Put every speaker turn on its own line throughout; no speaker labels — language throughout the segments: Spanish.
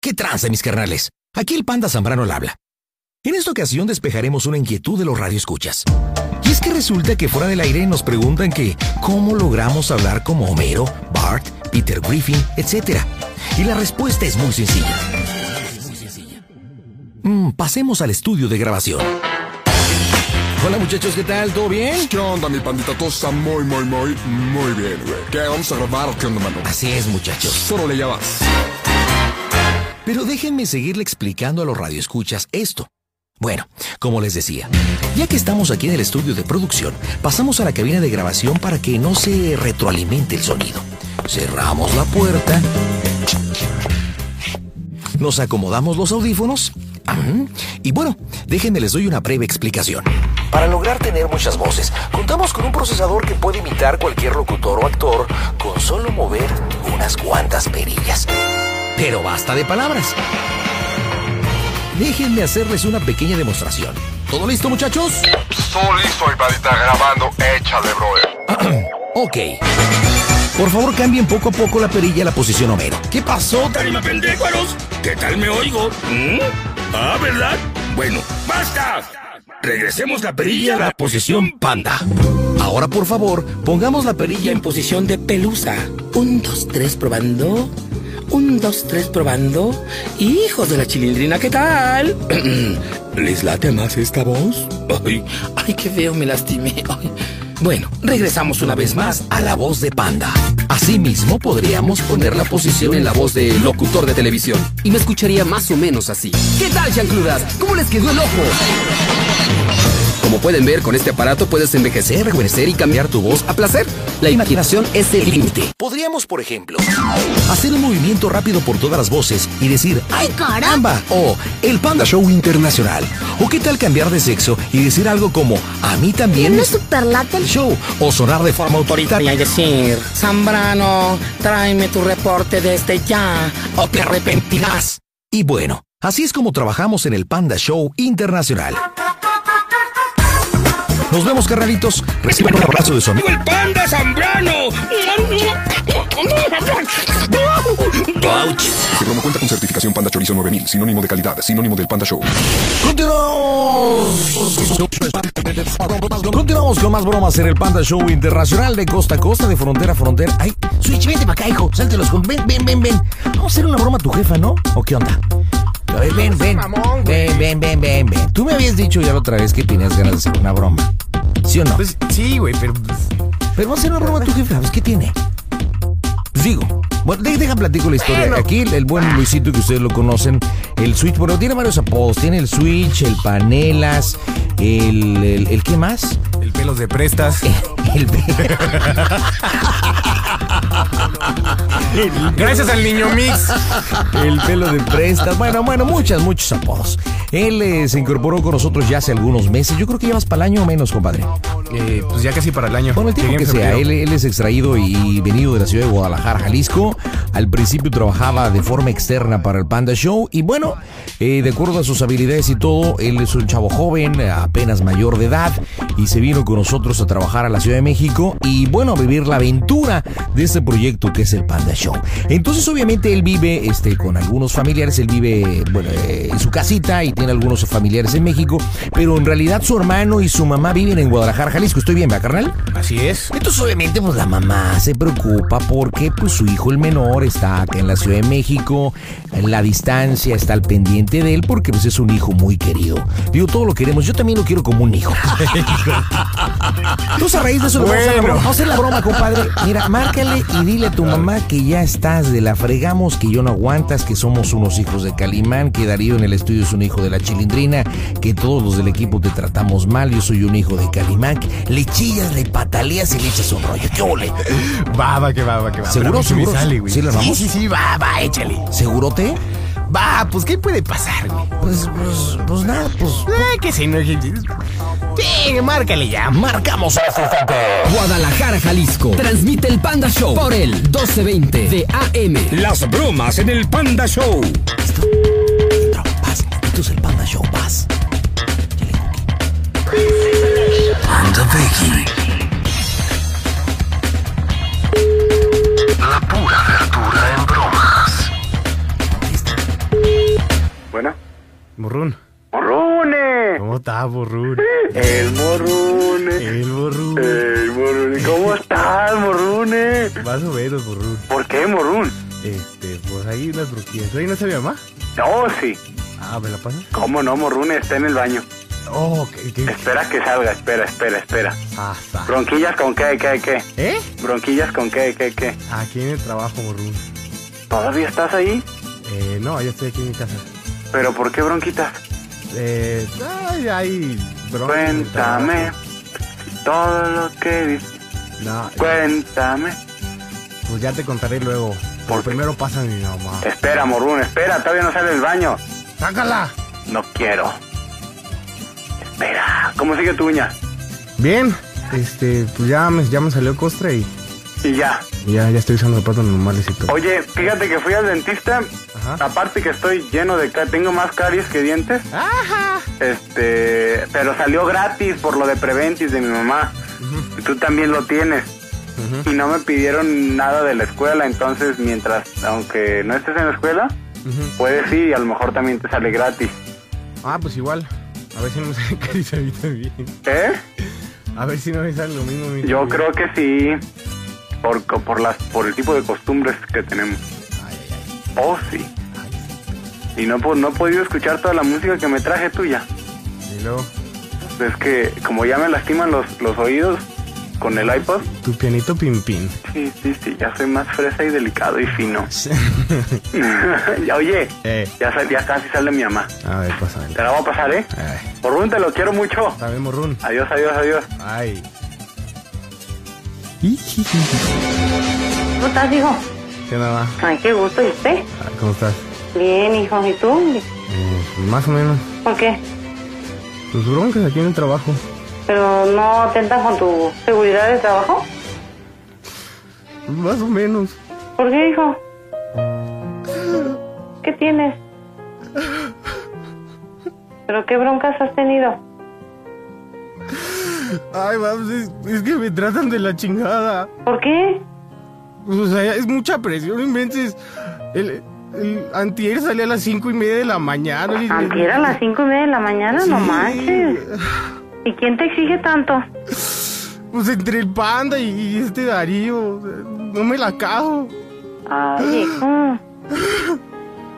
¿Qué trance, mis carnales? Aquí el Panda Zambrano la habla. En esta ocasión despejaremos una inquietud de los radioescuchas. Y es que resulta que fuera del aire nos preguntan que ¿cómo logramos hablar como Homero, Bart, Peter Griffin, etcétera? Y la respuesta es muy sencilla. Mm, pasemos al estudio de grabación. Hola muchachos, ¿qué tal? ¿Todo bien?
¿Qué onda, mi pandita? Todo está muy, muy, muy, muy bien, güey. ¿Qué? ¿Vamos a grabar o qué onda, mano?
Así es muchachos.
Solo le llamas.
Pero déjenme seguirle explicando a los radioescuchas esto. Bueno, como les decía, ya que estamos aquí en el estudio de producción, pasamos a la cabina de grabación para que no se retroalimente el sonido. Cerramos la puerta. Nos acomodamos los audífonos. Ajá. Y bueno, déjenme les doy una breve explicación. Para lograr tener muchas voces, contamos con un procesador que puede imitar cualquier locutor o actor con solo mover unas cuantas perillas. Pero basta de palabras. Déjenme hacerles una pequeña demostración. ¿Todo listo, muchachos?
Todo listo, mi pandita, grabando. Échale, bro.
Ok. Por favor, cambien poco a poco la perilla a la posición Homero. ¿Qué pasó?
¡Calma, pendécuaros! ¿Qué tal me oigo? ¿Mm? Ah, ¿verdad? Bueno, ¡basta! Regresemos la perilla a la posición panda.
Ahora, por favor, pongamos la perilla en...
posición de pelusa. Un, dos, tres, probando. Un, dos, tres, probando. Hijos de la chilindrina, ¿qué tal? ¿Les late más esta voz? Ay, ay, qué feo, me lastimé. Ay. Bueno, regresamos una vez más.
a la voz de panda. Asimismo, podríamos poner la posición en la voz de locutor de televisión.
y me escucharía más o menos así. ¿Qué tal, chancludas? ¿Cómo les quedó el ojo? Como pueden ver, con este aparato puedes envejecer, rejuvenecer y cambiar tu voz a placer. La imaginación es el límite.
Podríamos, por ejemplo, hacer un movimiento rápido por todas las voces y decir ¡Ay, caramba! o El Panda Show Internacional. O qué tal cambiar de sexo y decir algo como A mí también
¿No
me
es super lata
el show. O sonar de forma
Voy
autoritaria.
a decir, Zambrano, tráeme tu reporte desde ya Oh, o te arrepentirás.
Y bueno, así es como trabajamos en el Panda Show Internacional. Nos vemos, carnalitos. Reciban un abrazo de su amigo.
¡Viva el panda Zambrano!
Si Romo cuenta con certificación Panda Chorizo 9000, sinónimo de calidad, sinónimo del Panda Show.
Continuamos. Continuamos con más bromas en el Panda Show Internacional de costa a costa, de frontera a frontera. Ay, Switch, vente para acá, hijo. Salte los con. Ven, ven, ven, ven. Vamos a hacer una broma a tu jefa, ¿no? ¿O qué onda? A ver, ven, ven. Ven, ven, ven, ven, ven. Tú me habías dicho ya la otra vez que tenías ganas de hacer una broma. ¿Sí o no?
Pues sí, güey, pero. pues,
Pero vamos a hacer una broma a tu jefa, pues, ¿qué tiene? Pues digo, bueno, de- deja platico la historia.
Bueno.
Aquí el, el buen Luisito, que ustedes lo conocen, el Switch, bueno, tiene varios apodos. Tiene el Switch, el Panelas, el, el, el ¿qué más?
El pelos de prestas.
El,
Gracias al niño Mix.
el pelo de prestas. Bueno, bueno, muchas, muchos apodos. Él eh, se incorporó con nosotros ya hace algunos meses. Yo creo que llevas para el año o menos, compadre.
Eh, pues ya casi para el año.
Bueno, el tiempo
Llegué
que
en
sea, él,
febrero.
él es extraído y venido de la ciudad de Guadalajara, Jalisco. Al principio trabajaba de forma externa para el Panda Show y bueno, eh, de acuerdo a sus habilidades y todo, él es un chavo joven, eh, apenas mayor de edad y se vino con nosotros a trabajar a la Ciudad de México y bueno, a vivir la aventura de este proyecto que es el Panda Show. Entonces, obviamente, él vive este, con algunos familiares, él vive bueno, eh, en su casita y tiene algunos familiares en México, pero en realidad su hermano y su mamá viven en Guadalajara, Jalisco. ¿Estoy bien, va, carnal?
Así es.
Entonces obviamente pues la mamá se preocupa porque pues su hijo el menor está acá en la Ciudad de México, en la distancia está al pendiente de él porque pues es un hijo muy querido. Digo, todo lo queremos, yo también lo quiero como un hijo. Entonces a raíz de eso le vamos, a hacer la broma,
Ah, Bueno.
vamos a hacer la broma, compadre. Mira, márcale y dile a tu mamá que ya estás de la fregamos, que yo no aguantas, que somos unos hijos de Calimán, que Darío en el estudio es un hijo de la chilindrina, que todos los del equipo te tratamos mal, yo soy un hijo de Calimán. Le chillas, le pataleas y le echas un rollo. ¿Qué ole?
Va, va, que va, va, que va.
¿Seguro,
Pero a mí se me
seguro?
sale, güey.
¿Sí le
sí,
armamos?
sí, sí, va, va, échale.
¿Segurote?
Va, pues, ¿qué puede pasar, güey?
Pues, pues, pues nada, pues.
Ah, que se enoje. Sí, márcale ya.
Marcamos este a
Guadalajara, Jalisco. Transmite el Panda Show por el 1220 de AM.
Las bromas en el Panda Show.
Entró, paz. Esto es el Panda Show, paz. Panda Veggie. La pura verdura en bromas.
Bueno,
Morrún.
¡Morrune!
¿Cómo está, Morrún?
El morrune.
El Morrún.
El morrune. ¿Cómo estás, morrune?
Más o menos, Morrún.
¿Por qué, morrun?
Este, pues ahí unas bruquillas. ¿Ahí no está mi mamá?
No, sí.
Ah, ¿me la pasas?
¿Cómo no, morrune? Está en el baño.
Oh, ¿qué? qué?
Espera que salga, espera, espera, espera.
Ah, está.
¿Bronquillas con qué, qué, qué?
¿Eh?
¿Bronquillas con qué, qué, qué?
Aquí en el trabajo, Morrún.
¿Todavía estás ahí?
Eh, no, ya estoy aquí en mi casa.
¿Pero por qué bronquitas?
Eh, ay, ay. bronca en el trabajo.
Cuéntame todo lo que viste.
No,
Cuéntame.
pues ya te contaré luego. Por primero pasa mi mamá.
Espera, morrun, espera, todavía no sale del baño.
¡Sácala!
No quiero. Espera, ¿cómo sigue tu uña?
Bien, este, pues ya me, ya me salió costra y
Y ya.
ya, ya estoy usando zapatos normales y todo.
Oye, fíjate que fui al dentista.
Ajá.
Aparte que estoy lleno de caries, tengo más caries que dientes.
¡Ajá!
Este, pero salió gratis por lo de Preventis de mi mamá. Y tú también lo tienes. Y no me pidieron nada de la escuela, entonces mientras, aunque no estés en la escuela,
Ujú.
puedes ir y a lo mejor también te sale gratis.
Ah, pues igual. A ver si no me sale caricia a mí también.
¿Eh?
A ver si no me sale lo mismo. a mí
Yo
también.
creo que sí, por, co- por, las, por el tipo de costumbres que tenemos. Oh, sí. Y no, po- no he podido escuchar toda la música que me traje tuya.
Y luego,
Es que como ya me lastiman los, los oídos con el iPod,
tu pianito pimpín.
sí, sí, sí, ya soy más fresa y delicado y fino. Ya, Oye,
eh,
ya, sa- ya casi sale mi mamá.
a ver, pasa.
Te la voy a pasar, ¿eh?
Ay,
Por un te lo quiero mucho.
también morrún.
Adiós, adiós, adiós.
Ay.
¿Cómo estás, hijo?
¿Qué nada?
Ay, qué gusto, ¿y usted?
Ah, ¿Cómo estás?
Bien, hijo, ¿y tú?
Eh, más o menos.
¿Por qué?
Tus broncas aquí en el trabajo.
¿Pero no atentas con tu seguridad de trabajo?
Más o menos.
¿Por qué, hijo? ¿Qué tienes? ¿Pero qué broncas has tenido?
Ay, vamos, es, es que me tratan de la chingada.
¿Por qué?
O sea, es mucha presión, inventes. El, el antier salí a las cinco y media de la mañana. y-
Antier a las cinco y media de la mañana, no
Sí.
manches. ¿Y quién te exige tanto?
Pues entre el panda y, y este Darío. o sea, No me la cajo.
Ay, hijo,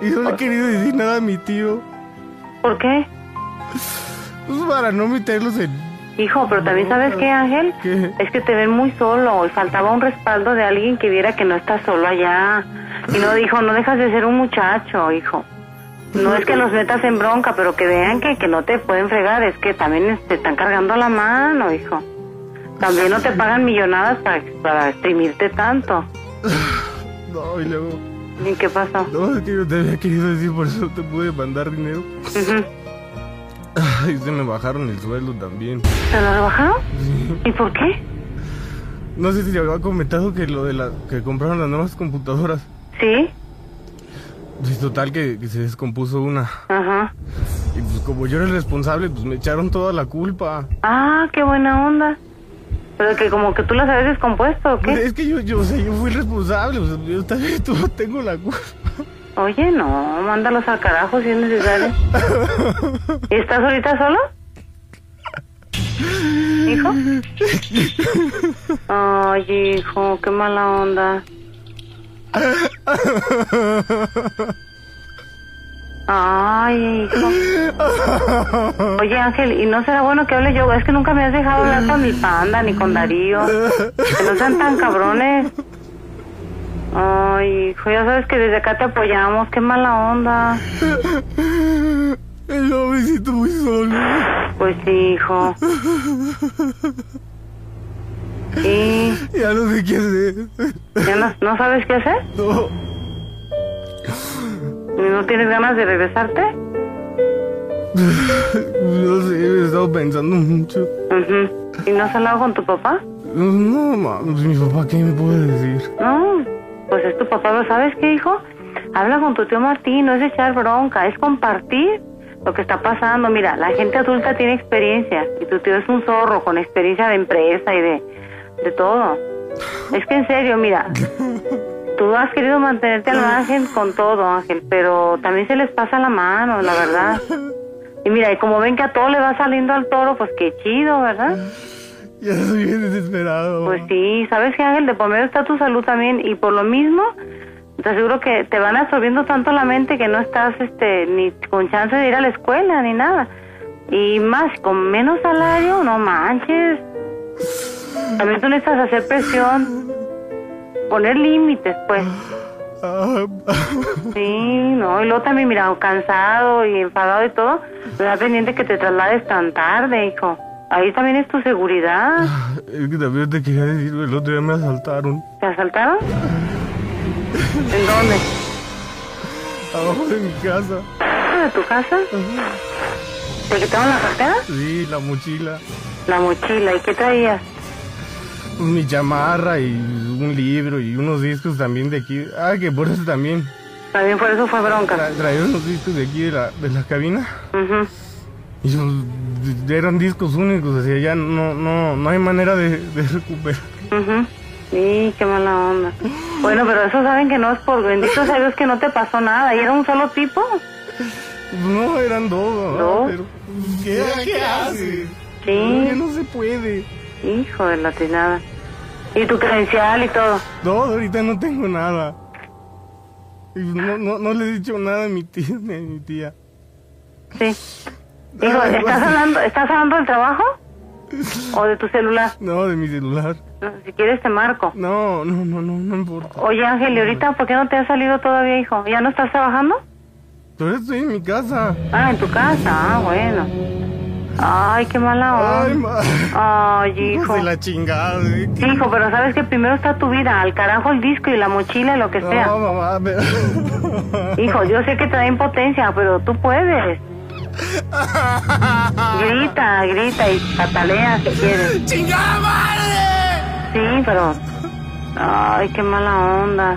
Y no le he querido decir nada a mi tío.
¿por qué?
Pues para no meterlos en...
Hijo, pero también sabes qué, Ángel,
¿Qué?
es que te ven muy solo y faltaba un respaldo de alguien que viera que no estás solo allá. Y no dijo, no dejas de ser un muchacho, hijo. No es que los metas en bronca, pero que vean que, que no te pueden fregar, es que también te están cargando la mano, hijo. También no te pagan millonadas para, para exprimirte tanto.
No, y luego...
¿Y qué pasó?
No, es que no te había querido decir, por eso no te pude mandar dinero.
Ujú.
Ay, se me bajaron el sueldo también.
¿Te lo rebajaron? ¿Y por qué?
No sé si le había comentado que lo de la... Que compraron las nuevas computadoras.
¿Sí?
Pues total que, que se descompuso una.
Ajá.
Y pues como yo era el responsable, pues me echaron toda la culpa.
Ah, qué buena onda. Pero que como que tú las habías descompuesto, ¿o qué?
Pues es que yo, yo, o sea, yo fui el responsable, pues yo también tu- tengo la culpa.
Oye, no, mándalos al carajo si es necesario. ¿Y estás ahorita solo? ¿Hijo? Ay, hijo, qué mala onda. Ay, hijo. Oye, Ángel, ¿y no será bueno que hable yo? Es que nunca me has dejado hablar con mi panda ni con Darío. Que no sean tan cabrones. Ay, hijo, ya sabes que desde acá te apoyamos. Qué mala onda.
Yo me siento muy solo.
Pues sí, hijo. ¿Y
Ya no sé qué hacer.
ya no, no sabes qué hacer?
No,
¿No tienes ganas de regresarte?
no sé, he estado pensando mucho.
Ujú. ¿Y no has hablado con tu papá?
No, mames, mi papá, ¿qué me puede decir?
No, pues es tu papá, ¿lo sabes qué, hijo? Habla con tu tío Martín, no es echar bronca, es compartir lo que está pasando. Mira, la gente adulta tiene experiencia y tu tío es un zorro con experiencia de empresa y de, de todo. Es que en serio, mira, Tú has querido mantenerte al margen con todo, Ángel, pero también se les pasa la mano, la verdad. Y mira, y como ven que a todo le va saliendo al toro, pues qué chido, ¿verdad?
Ya estoy bien desesperado.
Pues sí, sabes que Ángel, de por medio está tu salud también y por lo mismo te aseguro que te van absorbiendo tanto la mente que no estás este ni con chance de ir a la escuela ni nada. Y más, con menos salario, no manches. También tú necesitas hacer presión, poner límites, pues.
Ah,
Sí, no, y luego también, mira, cansado y enfadado y todo, me da pendiente que te traslades tan tarde, hijo. Ahí también es tu seguridad.
es que también te quería decir, el otro día me asaltaron.
¿Te asaltaron? ¿En dónde?
Abajo de mi casa.
¿De tu casa? ¿Te quitaron la cartera?
Sí, la mochila.
La mochila. ¿Y qué traías?
Mi chamarra y un libro y unos discos también de aquí. Ah, que por eso también.
También por eso fue bronca.
Tra traía unos discos de aquí de la, de la cabina.
Ujú.
Y los- eran discos únicos, así ya no, no, no hay manera de, de recuperar.
Ujú. Sí, qué mala onda. Bueno, pero eso saben que no es por bendito sea Dios que no te pasó nada. ¿Y era un solo tipo?
Pues No, eran dos.
¿Dos?
Pero, ¿Qué, qué haces? No, ya
Sí,
no se puede.
hijo de la trinada. ¿Y tu credencial y todo?
No, ahorita no tengo nada. Y No, no, no le he dicho nada a mi tía ni a mi tía.
Sí. Hijo,
Ay,
¿estás
bueno.
hablando, ¿estás hablando del trabajo? ¿O de tu celular?
No, de mi celular.
Si quieres te marco.
No, no, no, no, no importa.
Oye Ángel, ¿y ahorita por qué no te has salido todavía, hijo? ¿Ya no estás trabajando?
Pero estoy en mi casa.
Ah, en tu casa. Ah, bueno. Ay, qué mala
Ay,
onda.
ma.
Ay,
Hijos
hijo.
de la chingada. ¿eh?
Sí, Hijo, pero sabes que primero está tu vida, al carajo el disco y la mochila y lo que sea.
No, mamá, pero...
Hijo, yo sé que te da impotencia, pero tú puedes. Grita, grita y patalea si quieres. Sí, pero... Ay, qué mala onda.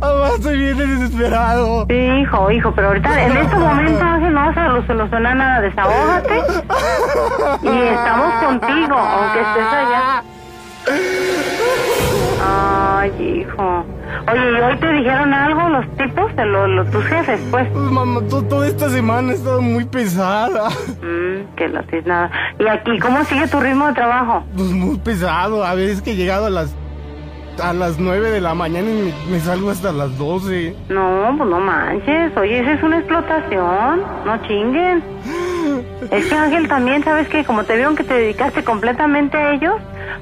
Mamá, estoy bien desesperado.
Sí, hijo, hijo, pero ahorita en este momento Ángel no vas a solucionar nada, desahógate. Y estamos contigo, aunque estés allá. Ay, hijo. Oye, ¿y hoy te dijeron algo los tipos, de lo- lo- tus jefes, pues?
Pues, mamá, to- toda esta semana he estado muy pesada.
Mm, que no haces nada. ¿Y aquí cómo sigue tu ritmo de trabajo?
Pues muy pesado. A veces que he llegado a las... A las 9 de la mañana y me, me salgo hasta las 12.
No, pues no manches. Oye, esa es una explotación. No chinguen. Es que Ángel también, ¿sabes que Como te vieron que te dedicaste completamente a ellos,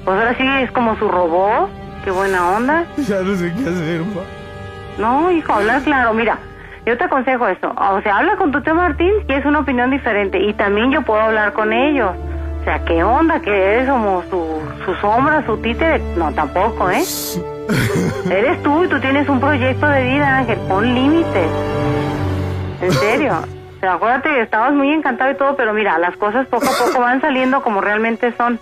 pues ahora sí es como su robot. Qué buena onda.
Ya no sé qué hacer, mamá.
No, hijo, hablar claro. Mira, yo te aconsejo esto. O sea, habla con tu tío Martín que es una opinión diferente. Y también yo puedo hablar con ellos. O sea, ¿qué onda? que eres como su, su sombra, su títere? No, tampoco, ¿eh? eres tú y tú tienes un proyecto de vida, Ángel. Pon límites. En serio. O sea, acuérdate, estabas muy encantado y todo, pero mira, las cosas poco a poco van saliendo como realmente son.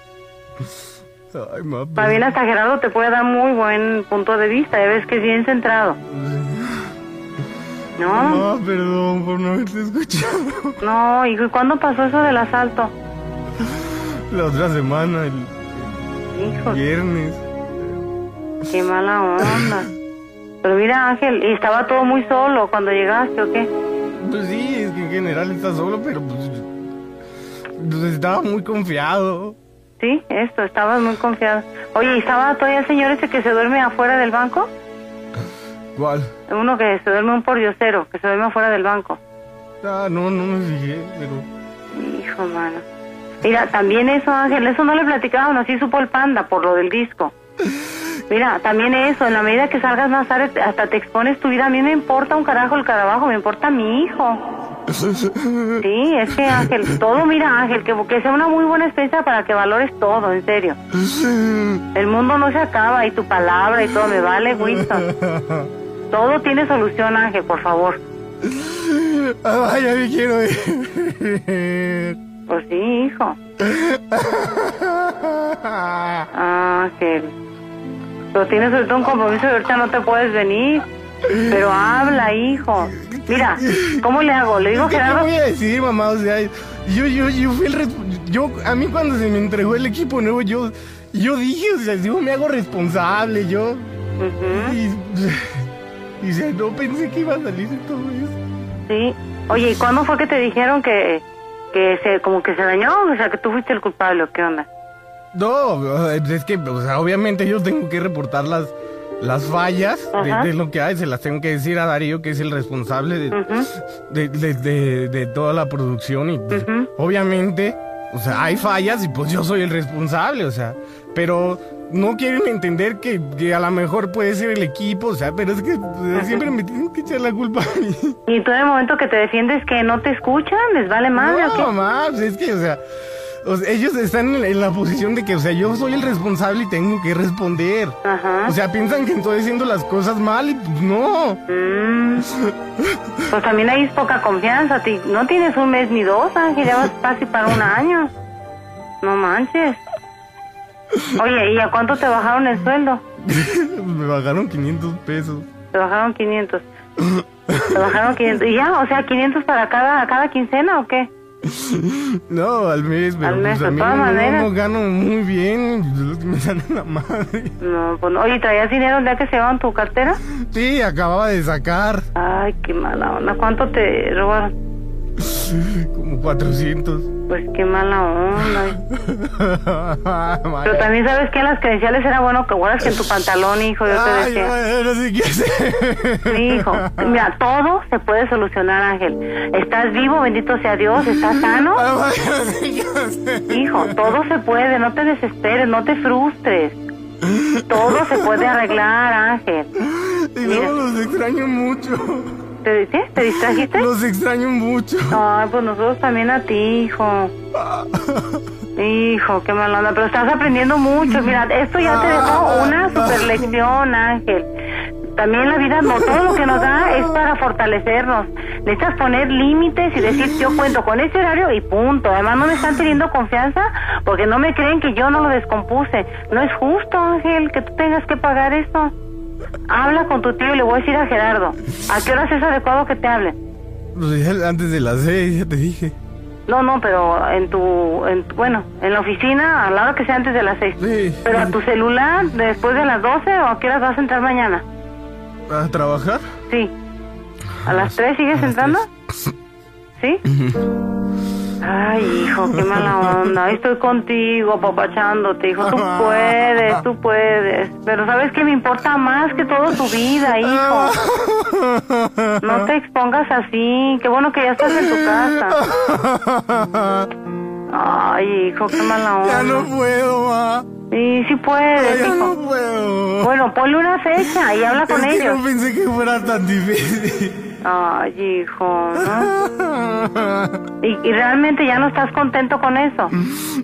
Ay, mamá. pero-
También hasta Gerardo te puede dar muy buen punto de vista, ya ves que es bien centrado. No,
Mamá, perdón por no haberte escuchado.
no, hijo, ¿y cuándo pasó eso del asalto?
La otra semana, el
Hijo,
viernes.
qué mala onda. Pero mira, Ángel, y estaba todo muy solo cuando llegaste, ¿o qué?
Pues sí, es que en general está solo, pero pues, pues, estaba muy confiado.
Sí, esto, estabas muy confiado. Oye, ¿y estaba todavía el señor ese que se duerme afuera del banco?
¿Cuál?
Uno que se duerme un pordiosero, que se duerme afuera del banco.
Ah, no, no me fijé, pero
Hijo, mano. Mira, también eso, Ángel, eso no le platicaban, así supo el panda por lo del disco. Mira, también eso, en la medida que salgas más tarde, hasta te expones tu vida. A mí me importa un carajo el carabajo, me importa mi hijo. Sí, es que Ángel, todo, mira, Ángel, que, que sea una muy buena experiencia para que valores todo, en serio. El mundo no se acaba y tu palabra y todo, me vale, Winston. Todo tiene solución, Ángel, por favor.
ah, ya me quiero ir.
Pues sí, hijo. Ah, Ángel. Pero tienes ahorita un compromiso y ahorita no te puedes venir. Pero habla, hijo. Mira, ¿cómo le hago? Le digo
¿Qué te
Gerardo.
voy a decir, mamá? O sea, yo, yo, yo fui el res- yo A mí cuando se me entregó el equipo nuevo, yo, yo dije, o sea, yo me hago responsable, yo.
Ujú,
Y, y o sea, no pensé que iba a salir de todo eso.
Sí. Oye, ¿y cuándo fue que te dijeron que, que se, como que se dañó? O sea, que tú fuiste el culpable, ¿o qué onda?
No, o sea, es que, o sea, obviamente yo tengo que reportar las, las fallas de,
Ajá.
de lo que hay. Se las tengo que decir a Darío, que es el responsable de, de, de- de- de toda la producción. Y pues, obviamente, o sea, hay fallas y pues yo soy el responsable, o sea. Pero no quieren entender que, que a lo mejor puede ser el equipo, o sea, pero es que o sea, siempre me tienen que echar la culpa a mí.
Y tú en el momento que te defiendes que no te escuchan, les vale madre,
No,
¿o qué?
mamá, pues es que, o sea, o sea, ellos están en, en la posición de que, o sea, yo soy el responsable y tengo que responder.
Ajá.
O sea, piensan que estoy haciendo las cosas mal y pues no.
Mm. Pues también hay poca confianza. ti- No tienes un mes ni dos, Ángel. Ya vas casi para un año. No manches. Oye, ¿y a cuánto te bajaron el sueldo?
Me bajaron 500 pesos.
Te bajaron 500. Te bajaron 500. ¿Y ya? O sea, 500 para cada, cada quincena o qué?
No, al mes, pero
Al mes,
pues, a
de
mí
todas
no,
maneras.
no gano muy bien. pues, los que Me salen la madre.
No, pues no. Oye, ¿traías dinero el día que se llevaron tu cartera?
Sí, acababa de sacar
Ay, qué mala onda. ¿Cuánto te robaron?
como 400.
Pues qué mala onda. Pero
Madre.
también sabes que en las credenciales era bueno que guardas que en tu pantalón, hijo, yo te
Ay,
decía.
madre, no sé qué hacer.
Mi hijo, mira, todo se puede solucionar, Ángel. Estás vivo, bendito sea Dios, estás sano.
Ay, madre, no sé qué hacer.
Hijo, todo se puede, no te desesperes, no te frustres. Todo se puede arreglar, Ángel.
Y luego los extraño mucho.
¿Te, qué? ¿Te distrajiste?
Los extraño mucho.
Ay, pues nosotros también a ti, hijo. Hijo, qué mala onda, pero estás aprendiendo mucho. Mira, esto ya te dejó una super lección, Ángel. También la vida, no, todo lo que nos da es para fortalecernos. Necesitas poner límites y decir, yo cuento con ese horario y punto. Además, no me están teniendo confianza porque no me creen que yo no lo descompuse. No es justo, Ángel, que tú tengas que pagar esto. Habla con tu tío y le voy a decir a Gerardo, ¿a qué horas es adecuado que te hable?
Pues ya antes de las seis, ya te dije.
No, no, pero en tu, en tu- bueno, en la oficina a la hora que sea antes de las seis.
Sí.
Pero a tu celular después de las 12 o a qué horas vas a entrar mañana?
¿A trabajar?
Sí. ¿A
Ah,
las tres sigues entrando? ¿Sí? Ay, hijo, qué mala onda. Ahí Estoy contigo, papachándote, hijo. Tú puedes, tú puedes. Pero sabes que me importa más que todo tu vida, hijo. No te expongas así. Qué bueno que ya estás en tu casa. Ay, hijo, qué mala
Ya no
onda.
puedo, ma.
Y sí puedes,
Ya no
hijo.
puedo.
Bueno, ponle una fecha y habla con
es que no
ellos.
pensé que fuera tan difícil.
Ay, hijo. ¿no? Y, y realmente ya no estás contento con eso.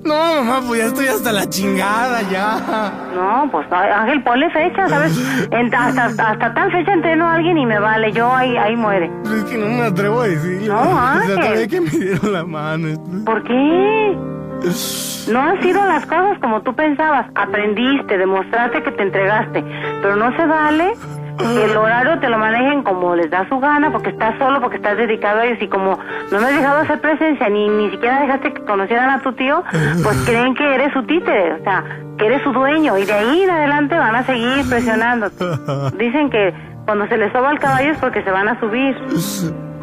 No, mamá, pues ya estoy hasta la chingada, ya.
No, pues ay, Ángel, ponle fecha, ¿sabes? En- hasta, hasta, hasta tal fecha entreno a alguien y me vale. Yo ahí, ahí muere.
Pero es que no me atrevo a decirlo.
No,
o sea, todavía
Ángel.
que me dieron la mano.
¿Por qué? No han sido las cosas como tú pensabas. Aprendiste, demostraste que te entregaste. Pero no se vale que el horario te lo manejen como les da su gana, porque estás solo, porque estás dedicado a ellos. Y como no me has dejado hacer presencia, ni, ni siquiera dejaste que conocieran a tu tío, pues creen que eres su títere, o sea, que eres su dueño. Y de ahí en adelante van a seguir presionándote. Dicen que cuando se les soba el caballo es porque se van a subir.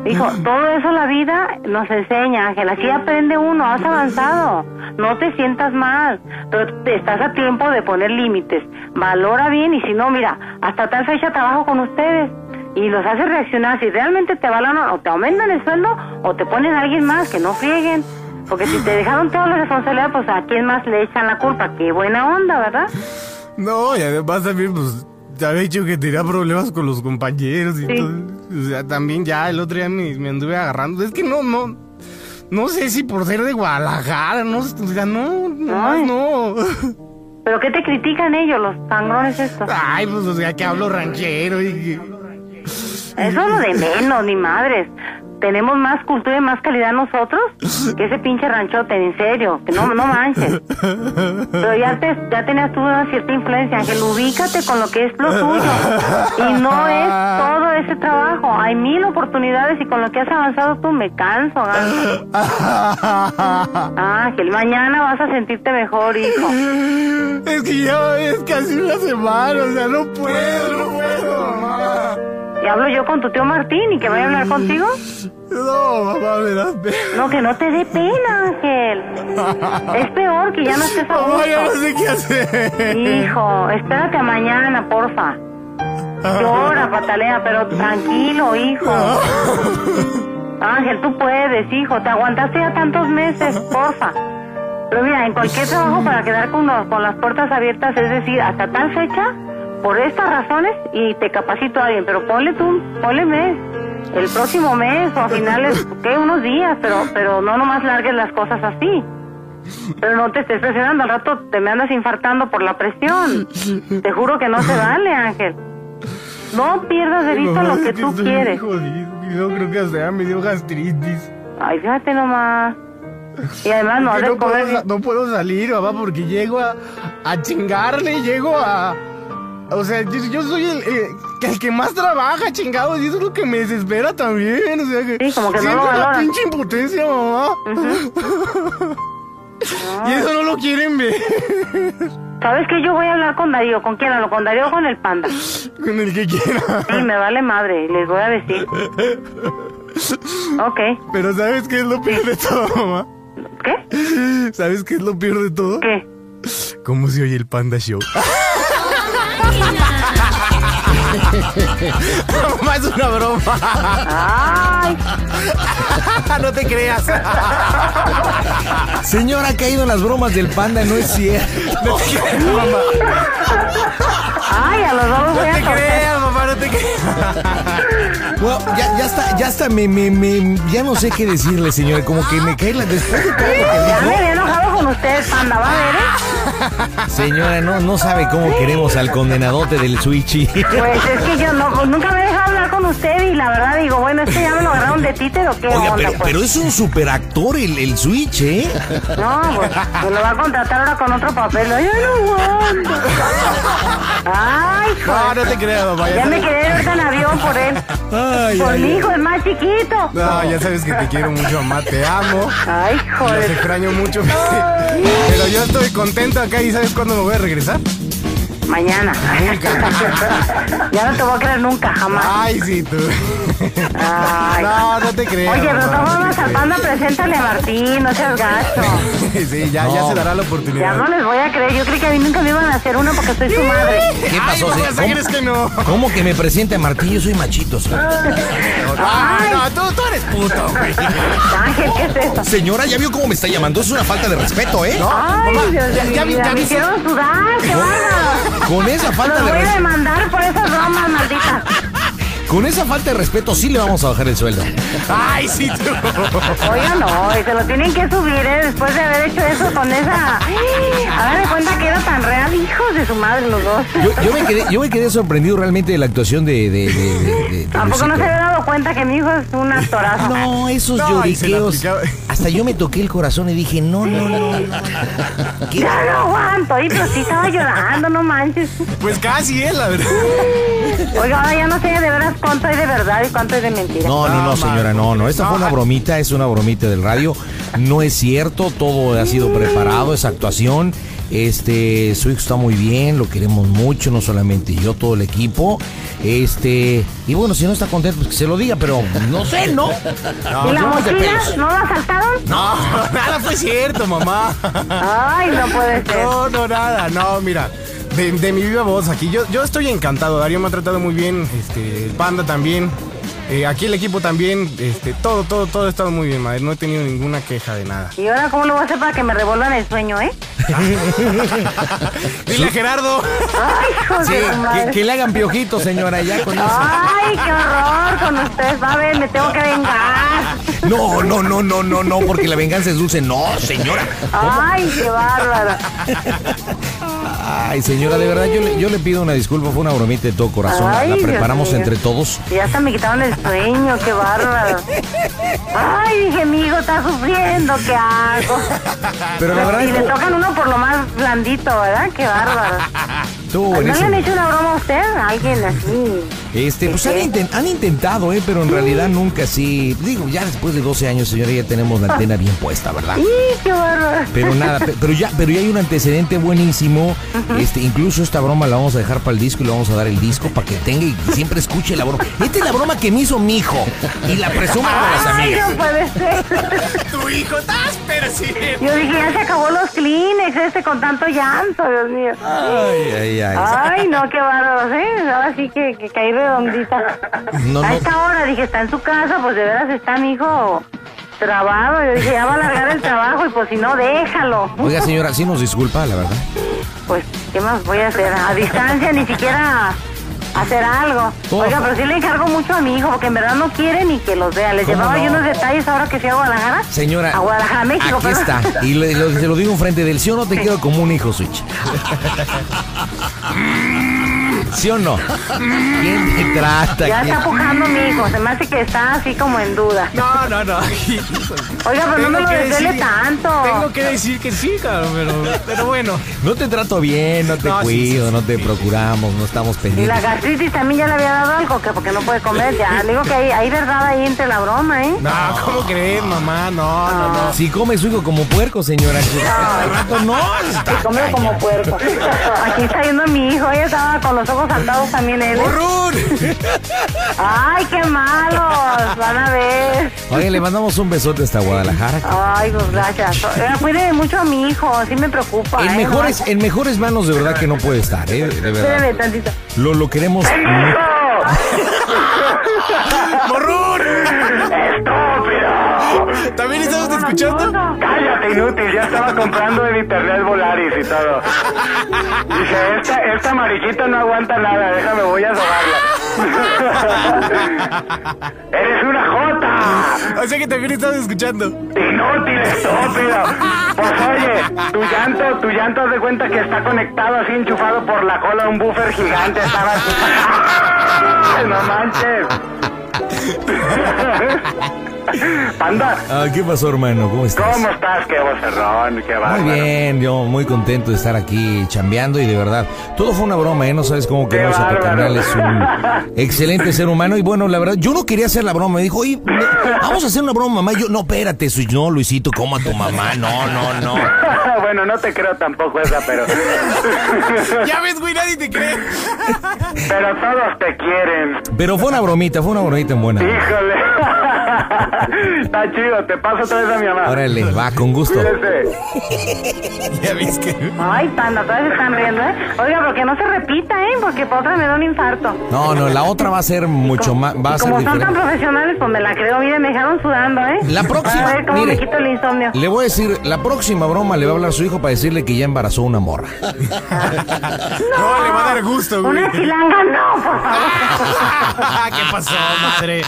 Hijo, todo eso la vida nos enseña, Ángel. Así aprende uno, has avanzado. No te sientas mal, pero te- estás a tiempo de poner límites. Valora bien y si no, mira, hasta tal fecha trabajo con ustedes y los hace reaccionar. Si realmente te valoran o te aumentan el sueldo o te ponen a alguien más que no frieguen. Porque si te dejaron toda la responsabilidad, pues a quién más le echan la culpa. Qué buena onda, ¿verdad?
No, y además también, pues, te había dicho que tenía problemas con los compañeros y
Sí.
todo. O sea, también ya el otro día me, me anduve agarrando. Es que no, no. No sé si por ser de Guadalajara, no, o sea, no,
Ay.
no, no.
Pero ¿qué te critican ellos, los sangrones estos?
Ay, pues, o sea, que hablo ranchero y que...
Eso es lo de menos, ni madres. Tenemos más cultura y más calidad nosotros que ese pinche ranchote, en serio, que no, no manches. Pero ya, te, ya tenías tú una cierta influencia, Ángel, ubícate con lo que es lo tuyo. Y no es todo este trabajo. Hay mil oportunidades y con lo que has avanzado tú me canso, Ángel. Ángel, mañana vas a sentirte mejor, hijo.
Es que ya es casi una semana, o sea, no puedo, no puedo, mamá.
Y hablo yo con tu tío Martín y que vaya a hablar contigo.
No, mamá, me das pena.
No, que no te dé pena, Ángel. Es peor que ya no estés a
Mamá, ya no
gusto.
sé qué hacer.
Hijo, espérate a mañana, porfa. Llora, patalea, pero tranquilo, hijo. Ángel, tú puedes, hijo. Te aguantaste ya tantos meses, porfa. Pero mira, en cualquier trabajo para quedar con, los- con las puertas abiertas, es decir, hasta tal fecha, por estas razones, y te capacito a alguien, pero ponle tú, ponle mes, el próximo mes o a finales, ¿qué? Unos días, pero, pero no nomás largues las cosas así. Pero no te estés presionando, al rato te me andas infartando por la presión. Te juro que no se vale, Ángel. No pierdas de vista
Mamá,
lo
es
que tú
estoy
quieres.
muy jodido, y no creo que hasta ya me dio gastritis.
Ay, fíjate nomás. Y además no has
Que
de
no,
comer
puedo, sa- no puedo salir, mamá, porque llego a, a chingarle, llego a... O sea, yo, yo soy el, eh, el que más trabaja, chingados, y eso es lo que me desespera también, o sea que...
Sí, como que no lo
siento la
valoran.
pinche impotencia, mamá. y eso no lo quieren ver.
¿Sabes qué? Yo voy a hablar con Darío. ¿Con quién hablo? ¿Con Darío o con el panda? Sí,
Con el que quiera.
me vale madre. Les voy a decir. Ok.
Pero ¿sabes qué es lo peor de todo, mamá?
¿Qué?
¿Sabes qué es lo peor de todo?
¿Qué?
¿Cómo se oye el Panda Show? Mamá, es una broma.
¡Ay!
no te creas.
Señora, ha caído en las bromas del panda, no es cierto.
No te creas, mamá.
¡Ay! A los dos los voy
No
a
te
cortar.
creas, mamá, no te creas.
Bueno, ya, ya está, ya está, me, me, me- ya no sé qué decirle, señora. Como que me cae la después de todo
Ya
lo
me
que
había enojado con ustedes, panda. Va a ver, ¿eh?
dijo. Señora, no, no sabe cómo queremos al condenadote del Switchy.
Pues es que yo no, nunca me he dejado hablar con ustedes y la verdad digo, bueno, este ya me lo agarraron de títer o qué
Oiga,
onda,
pero,
pues.
pero es un superactor el, el Switch, ¿eh?
No, pues, pues lo va a contratar ahora con otro papel. Ay, yo no aguanto. Ay, hijo.
No, no te creas, mamá.
Ah, Ya
Ya
me
sabes,
quedé ahorita en avión por él.
Ay,
por
ay,
mi hijo, el más chiquito.
no, ya sabes que te quiero mucho, mamá. Te amo.
Ay,
Los
joder.
extraño mucho. Pero yo estoy contento acá y ¿sabes cuándo me voy a regresar?
Mañana. ya no te voy a creer nunca, jamás.
Ay, sí, tú.
Ay.
Ah, No, no te creas.
Oye, pero
mamá,
todos
no
vamos
te
al panda, preséntale a Martín, no seas gacho.
creas. Sí, ya, ya se dará la
Ya
oportunidad.
no les voy a creer. Yo creí que a mí nunca me iban a hacer uno porque soy su madre.
¿Qué pasó?
Ay,
se-
mamá, ¿sí
¿Cómo,
crees que no?
cómo que me presente a Martillo? Soy machito. señora.
Ah, no, tú, tú eres puto, güey.
Ángel, ¿qué es eso?
Señora, ya vio cómo me está llamando. Es una falta de respeto, ¿eh?
Ay, Dios
ya-
de mi
ya vi-
vida,
ya
me
vi-
hicieron sudar, qué bárbaro.
Con esa falta
Los
de
voy a
respeto.
demandar por esas bromas, malditas.
Con esa falta de respeto sí le vamos a bajar el sueldo.
Ay, sí, tú.
Oigan, no, y se lo tienen que subir, ¿eh? Después de haber hecho eso con esa... Hagan de cuenta que era tan real, hijos de su madre los dos.
Yo, yo me, quedé, yo me quedé sorprendido realmente de la actuación de... de, de- de- de- de
Tampoco no se
Luisito.
había dado cuenta que mi hijo es un actorazo.
No, esos
No, y se la
lloriqueos.
aplicaba.
Hasta yo me toqué el corazón y dije, no, no, no. ¿Qué?
Ya no aguanto, y pero sí estaba llorando, no manches.
Pues casi, es la verdad.
Oiga, ahora ya no sé de veras cuánto es de verdad y cuánto es de mentira.
No, no, no,
No,
señora,
Marco.
no, no. Esta fue una
No,
bromita, es una bromita del radio. No es cierto, todo ha sido preparado, es actuación. Este, su hijo está muy bien, lo queremos mucho, no solamente yo, todo el equipo. Este, y bueno, si no está contento, pues que se lo diga, pero no sé, ¿no?
¿Y la mochila? ¿No la saltaron?
No, nada fue cierto, mamá.
Ay, no puede ser.
No, no, nada. No, mira. De, de mi viva voz aquí. Yo, yo estoy encantado. Darío me ha tratado muy bien. Este, el panda también. eh, aquí el equipo también. Este, todo, todo, todo ha estado muy bien, madre. No he tenido ninguna queja de nada.
¿Y ahora cómo lo voy a hacer para que me revuelvan el sueño, eh?
Dile a Gerardo.
Ay, hijos de su madre.
Que, que le hagan piojito, señora, ya con eso.
Ay, qué horror con ustedes. Va a ver, me tengo que vengar.
No, no, no, no, no, no, porque la venganza es dulce. No, señora.
Ay, qué bárbaro.
Ay, señora, de verdad, yo le, yo le pido una disculpa, fue una bromita de todo corazón. La-
Ay,
la
Dios
preparamos
mío.
entre todos.
Y hasta me quitaron el sueño, qué bárbaro. Ay, dije, mi hijo está sufriendo, ¿qué hago?
Pero la
y le
verdad,
tocan uno por lo más blandito, ¿verdad? Qué bárbaro.
estuvo
¿No le
buenísimo.
han hecho una broma a usted? ¿A alguien así?
Este, pues han, inten- han intentado, ¿eh? Pero en realidad nunca sí. Digo, ya después de 12 años, señora, ya tenemos la antena bien puesta, ¿verdad?
¡Y qué bárbaro!
Pero nada, pe- pero ya, pero ya hay un antecedente buenísimo. Este, incluso esta broma la vamos a dejar para el disco y le vamos a dar el disco para que tenga y siempre escuche la broma. Esta es la broma que me hizo mi hijo y la presuma con las
¡Ay,
amigas.
no puede ser!
Tu hijo estás, pero sí.
Yo dije, ya se acabó los Kleenex este con tanto llanto, Dios mío.
Ay, ay, ay.
Ay, no, qué bárbaros, ¿eh? Ahora sí que, que caí redondita.
No,
A
no.
esta hora dije, está en su casa, pues de veras está mi hijo trabado. Yo dije, ya va a alargar el trabajo y pues si no, déjalo.
Oiga, señora, sí nos disculpa, la verdad.
Pues, ¿qué más voy a hacer? A distancia, ni siquiera hacer algo.
Oh.
Oiga, pero sí le encargo mucho a mi hijo, porque en verdad no quiere ni que los vea. Les
¿Cómo
llevaba
no?
yo unos detalles ahora que fui a Guadalajara.
Señora,
A Guadalajara, México.
aquí
perdón.
está. Y le- lo- se lo digo enfrente del sí o no te quedo como un hijo switch. ¿Sí o no? ¿Quién te trata?
Ya
¿Quién-
está pujando mi hijo, se me hace que está así como en duda.
No, no, no.
Oiga, pero no me
Tengo
lo
que
desvele
decir-
tanto.
Tengo que decir que sí, cabrón, pero, pero bueno.
No te trato bien, no te
No, sí,
cuido,
sí, sí,
no te procuramos, no estamos
Y la
pendientes.
gastritis también ya le había dado algo, que porque no puede comer ya. Le digo que hay, hay verdad ahí entre la broma, ¿eh?
No, ¿cómo crees, mamá? No, no, no.
Si come su hijo como puerco, señora. Al rato no.
Que come como puerco. Aquí está yendo mi hijo, ella estaba con los ojos saltados también él. ¿eh? ¡Ay, qué malos! Van a ver.
Oye, le mandamos un besote hasta Guadalajara.
Ay, pues gracias. Oiga, cuide mucho a mi hijo, sí me preocupa.
En
¿eh?
mejores, en mejores manos de verdad que no puede estar, ¿eh? De verdad.
Espérame tantito.
Lo, lo queremos. mucho.
¿También estamos escuchando?
No, no.
Cállate, inútil, ya estaba comprando en internet Volaris y todo. Dije, esta, esta amarillita no aguanta nada, déjame, voy a sobarla. ¡Eres una jota!
O sea que también estamos escuchando.
Inútil, estúpido. Pues oye, tu llanto, tu llanto haz de cuenta que está conectado así enchufado por la cola de un buffer gigante. Estaba así. No manches. Panda,
Ah, ¿Qué pasó, hermano? ¿Cómo estás?
¿cómo estás? Qué vocerrón, qué bárbaro.
Muy bien, yo muy contento de estar aquí chambeando y de verdad, todo fue una broma, ¿eh? No sabes cómo
Qué
queremos a tu
bárbaro.
carnal, es un excelente ser humano y bueno, la verdad, yo no quería hacer la broma, me dijo, oye, me- vamos a hacer una broma, mamá, y yo, no, espérate, Switch, no, Luisito, como a tu mamá, no, no, no.
bueno, no te creo tampoco esa, pero.
Ya ves, güey, nadie te cree.
pero todos te quieren.
Pero fue una bromita, fue una bromita en buena.
Híjole. Está chido, te paso otra vez a mi mamá.
Órale, va, con gusto.
Cuídese.
Ya ves que.
Ay, panda, todas están riendo, ¿eh? Oiga, pero que no se repita, ¿eh? Porque para otra me da un infarto.
No, no, la otra va a ser mucho más, Ah, va a
Y
ser
como son tan
diferente.
profesionales, pues me la creo. Mire, me dejaron sudando, ¿eh?
La próxima,
A ver cómo
mire.
me quito el insomnio.
Le voy a decir, la próxima broma le va a hablar su hijo para decirle que ya embarazó una morra.
No, le va a dar gusto, güey.
Una chilanga, no, por favor.
¿Qué pasó, madre?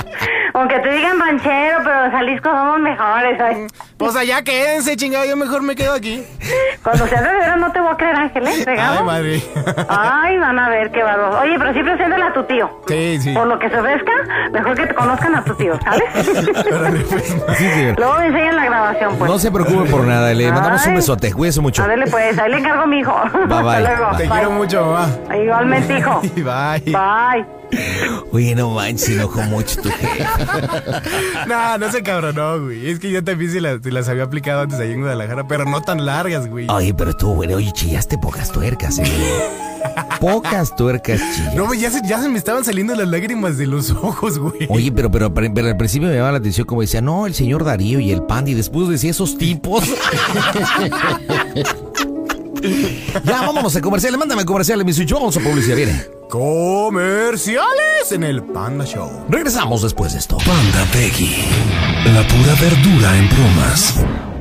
Aunque te digan ranchero, pero en Jalisco somos mejores. ¿eh?
Pues allá quédense, chingada. Yo mejor me quedo aquí.
Cuando seas de veras no te voy a creer, Ángel, ¿eh? ¿Regado?
Ay, madre.
Ay, van a ver qué barro. Oye, pero sí preséntala a tu tío.
Sí, sí.
Por lo que se ofrezca, mejor que te conozcan a tu tío, ¿sabes?
pues, Sí, señor.
Luego me enseñan la grabación, pues.
No se preocupe por nada, le mandamos un
Ay.
besote, cuídese mucho.
A verle, pues, ahí le encargo a mi hijo.
Bye, bye.
Hasta luego.
Te
Bye.
quiero mucho, mamá.
Igualmente, hijo.
Y bye.
Bye.
Oye, no manches, se enojó mucho tu jefe.
No, no se cabronó, güey. Es que yo también sí las, sí las había aplicado antes ahí en Guadalajara, pero no tan largas, güey.
Oye, pero estuvo bueno. Oye, chillaste pocas tuercas, eh. Pocas tuercas chillas.
No, güey, ya se, ya se me estaban saliendo las lágrimas de los ojos, güey.
Oye, pero, pero, pero, pero al principio me llamaba la atención como decía, no, el señor Darío y el Pandi. Después decía esos tipos. ya, vámonos a comerciales. Mándame a comerciales, mi switch. Vamos a publicidad, viene.
Comerciales en el Panda Show.
Regresamos después de esto.
Panda Peggy, la pura verdura en bromas.